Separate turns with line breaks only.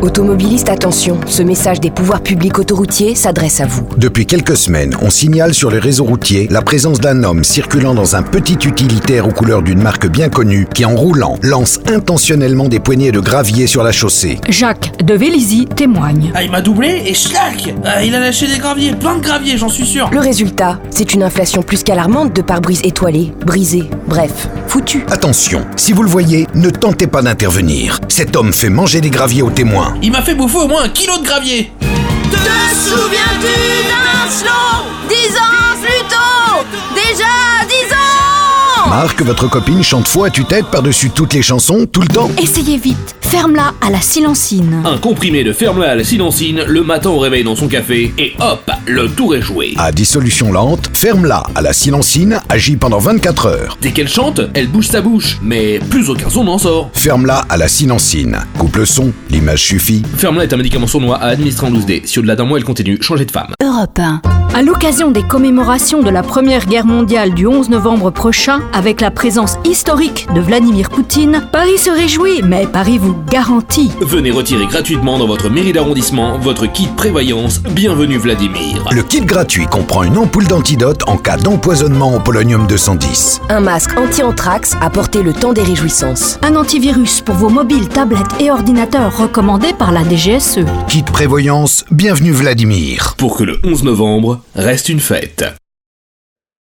Automobilistes, attention, ce message des pouvoirs publics autoroutiers s'adresse à vous.
Depuis quelques semaines, on signale sur les réseaux routiers la présence d'un homme circulant dans un petit utilitaire aux couleurs d'une marque bien connue qui, en roulant, lance intentionnellement des poignées de gravier sur la chaussée.
Jacques de Vélizy témoigne.
Ah, il m'a doublé et schlac Ah, Il a lâché des graviers, plein de graviers, j'en suis sûr
Le résultat, c'est une inflation plus qu'alarmante de pare-brise étoilé, brisé, bref, foutu.
Attention, si vous le voyez, ne tentez pas d'intervenir. Cet homme fait manger des graviers aux témoins.
Il m'a fait bouffer au moins un kilo de gravier
Te souviens-tu d'un slow Dix ans plus tôt Déjà dix ans
Marc, votre copine chante faux à tue-tête par-dessus toutes les chansons, tout le temps.
Essayez vite, ferme-la à la silencine.
Un comprimé de ferme à la silencine, le matin au réveil dans son café, et hop, le tour est joué. Ah,
À dissolution lente, ferme-la à la silencine, agit pendant 24 heures.
Dès qu'elle chante, elle bouge sa bouche, mais plus aucun son n'en sort.
Ferme-la à la silencine. Coupe le son, l'image suffit.
Ferme-la est un médicament sournois à administrer en 12D. Si au-delà d'un mois elle continue, changez de femme.
Europe 1.
À l'occasion des commémorations de la Première Guerre mondiale du 11 novembre prochain, avec la présence historique de Vladimir Poutine, Paris se réjouit, mais Paris vous garantit.
Venez retirer gratuitement dans votre mairie d'arrondissement votre kit prévoyance. Bienvenue Vladimir.
Le kit gratuit comprend une ampoule d'antidote en cas d'empoisonnement au polonium 210.
Un masque anti-anthrax à porter le temps des réjouissances.
Un antivirus pour vos mobiles, tablettes et ordinateurs recommandé par la DGSE.
Kit prévoyance, bienvenue Vladimir.
Pour que le 11 novembre reste une fête.